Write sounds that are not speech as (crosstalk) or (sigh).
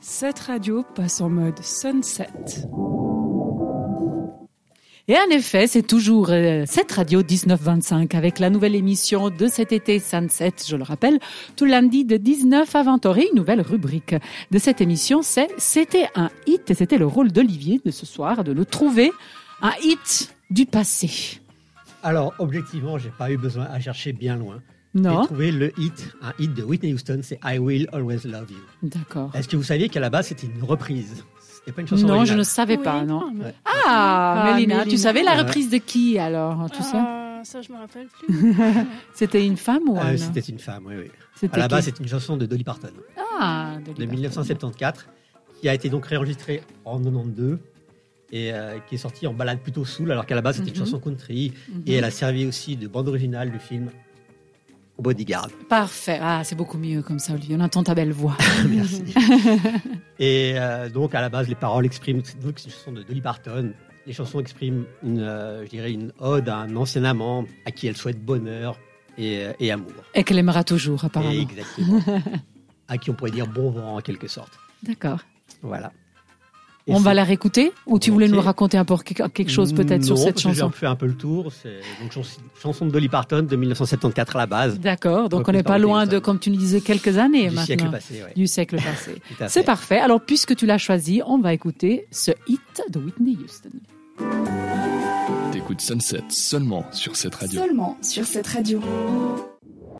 Cette radio passe en mode sunset. Et en effet, c'est toujours euh, cette radio 1925 avec la nouvelle émission de cet été Sunset, je le rappelle, tout lundi de 19 à 20 h une nouvelle rubrique de cette émission, c'est C'était un hit et c'était le rôle d'Olivier de ce soir de le trouver, un hit du passé. Alors, objectivement, j'ai pas eu besoin à chercher bien loin. J'ai Non, trouvé le hit, un hit de Whitney Houston, c'est I Will Always Love You. d'accord. Est-ce que vous saviez qu'à la base, c'était une reprise C'était pas une chanson Non, je originale. ne savais pas, Oui, non. mais- Ah, Ah, Mélina, tu Mélina. savais la Ouais. reprise de qui alors, tout ça Ah, Ça, je me rappelle plus. Ah, C'était une femme ou Euh, un homme C'était une femme, oui, oui. C'était À la base, qui c'est une chanson de Dolly Parton Ah, de de Liberté. 1974 qui a été donc réenregistrée en 92 et euh, qui est sortie en balade plutôt soul, alors qu'à la base, c'était Mhm. une chanson country Mhm. et elle a servi aussi de bande originale du film Bodyguard. Parfait. Ah, c'est beaucoup mieux comme ça, Olivier. On entend ta belle (laughs) voix. (laughs) Merci. Et euh, donc, à la base, les paroles expriment, donc c'est une chanson de Dolly Parton. Les chansons expriment, une, euh, je dirais, une ode à un ancien amant à qui elle souhaite bonheur et, euh, et amour. Et qu'elle aimera toujours, Et apparemment. exactement. (laughs) à qui on pourrait dire bon vent en quelque sorte. D'accord. Voilà. Et On va c'est- la réécouter Ou tu voulais Ok. nous raconter un peu quelque quelque chose peut-être sur Non, cette parce que chanson J'ai fait un peu le tour. C'est une chanson, chanson de Dolly Parton de 1974 à la (laughs) base, D'accord. Donc on Reprise n'est par pas Whitney loin de, Houston. comme tu nous disais, quelques années du maintenant. siècle passé. ouais. Du siècle passé. (laughs) Tout à C'est fait. parfait. Alors, puisque tu l'as choisi, on va écouter ce hit de Whitney Houston. T'écoutes Sunset seulement sur cette radio. Seulement sur cette radio.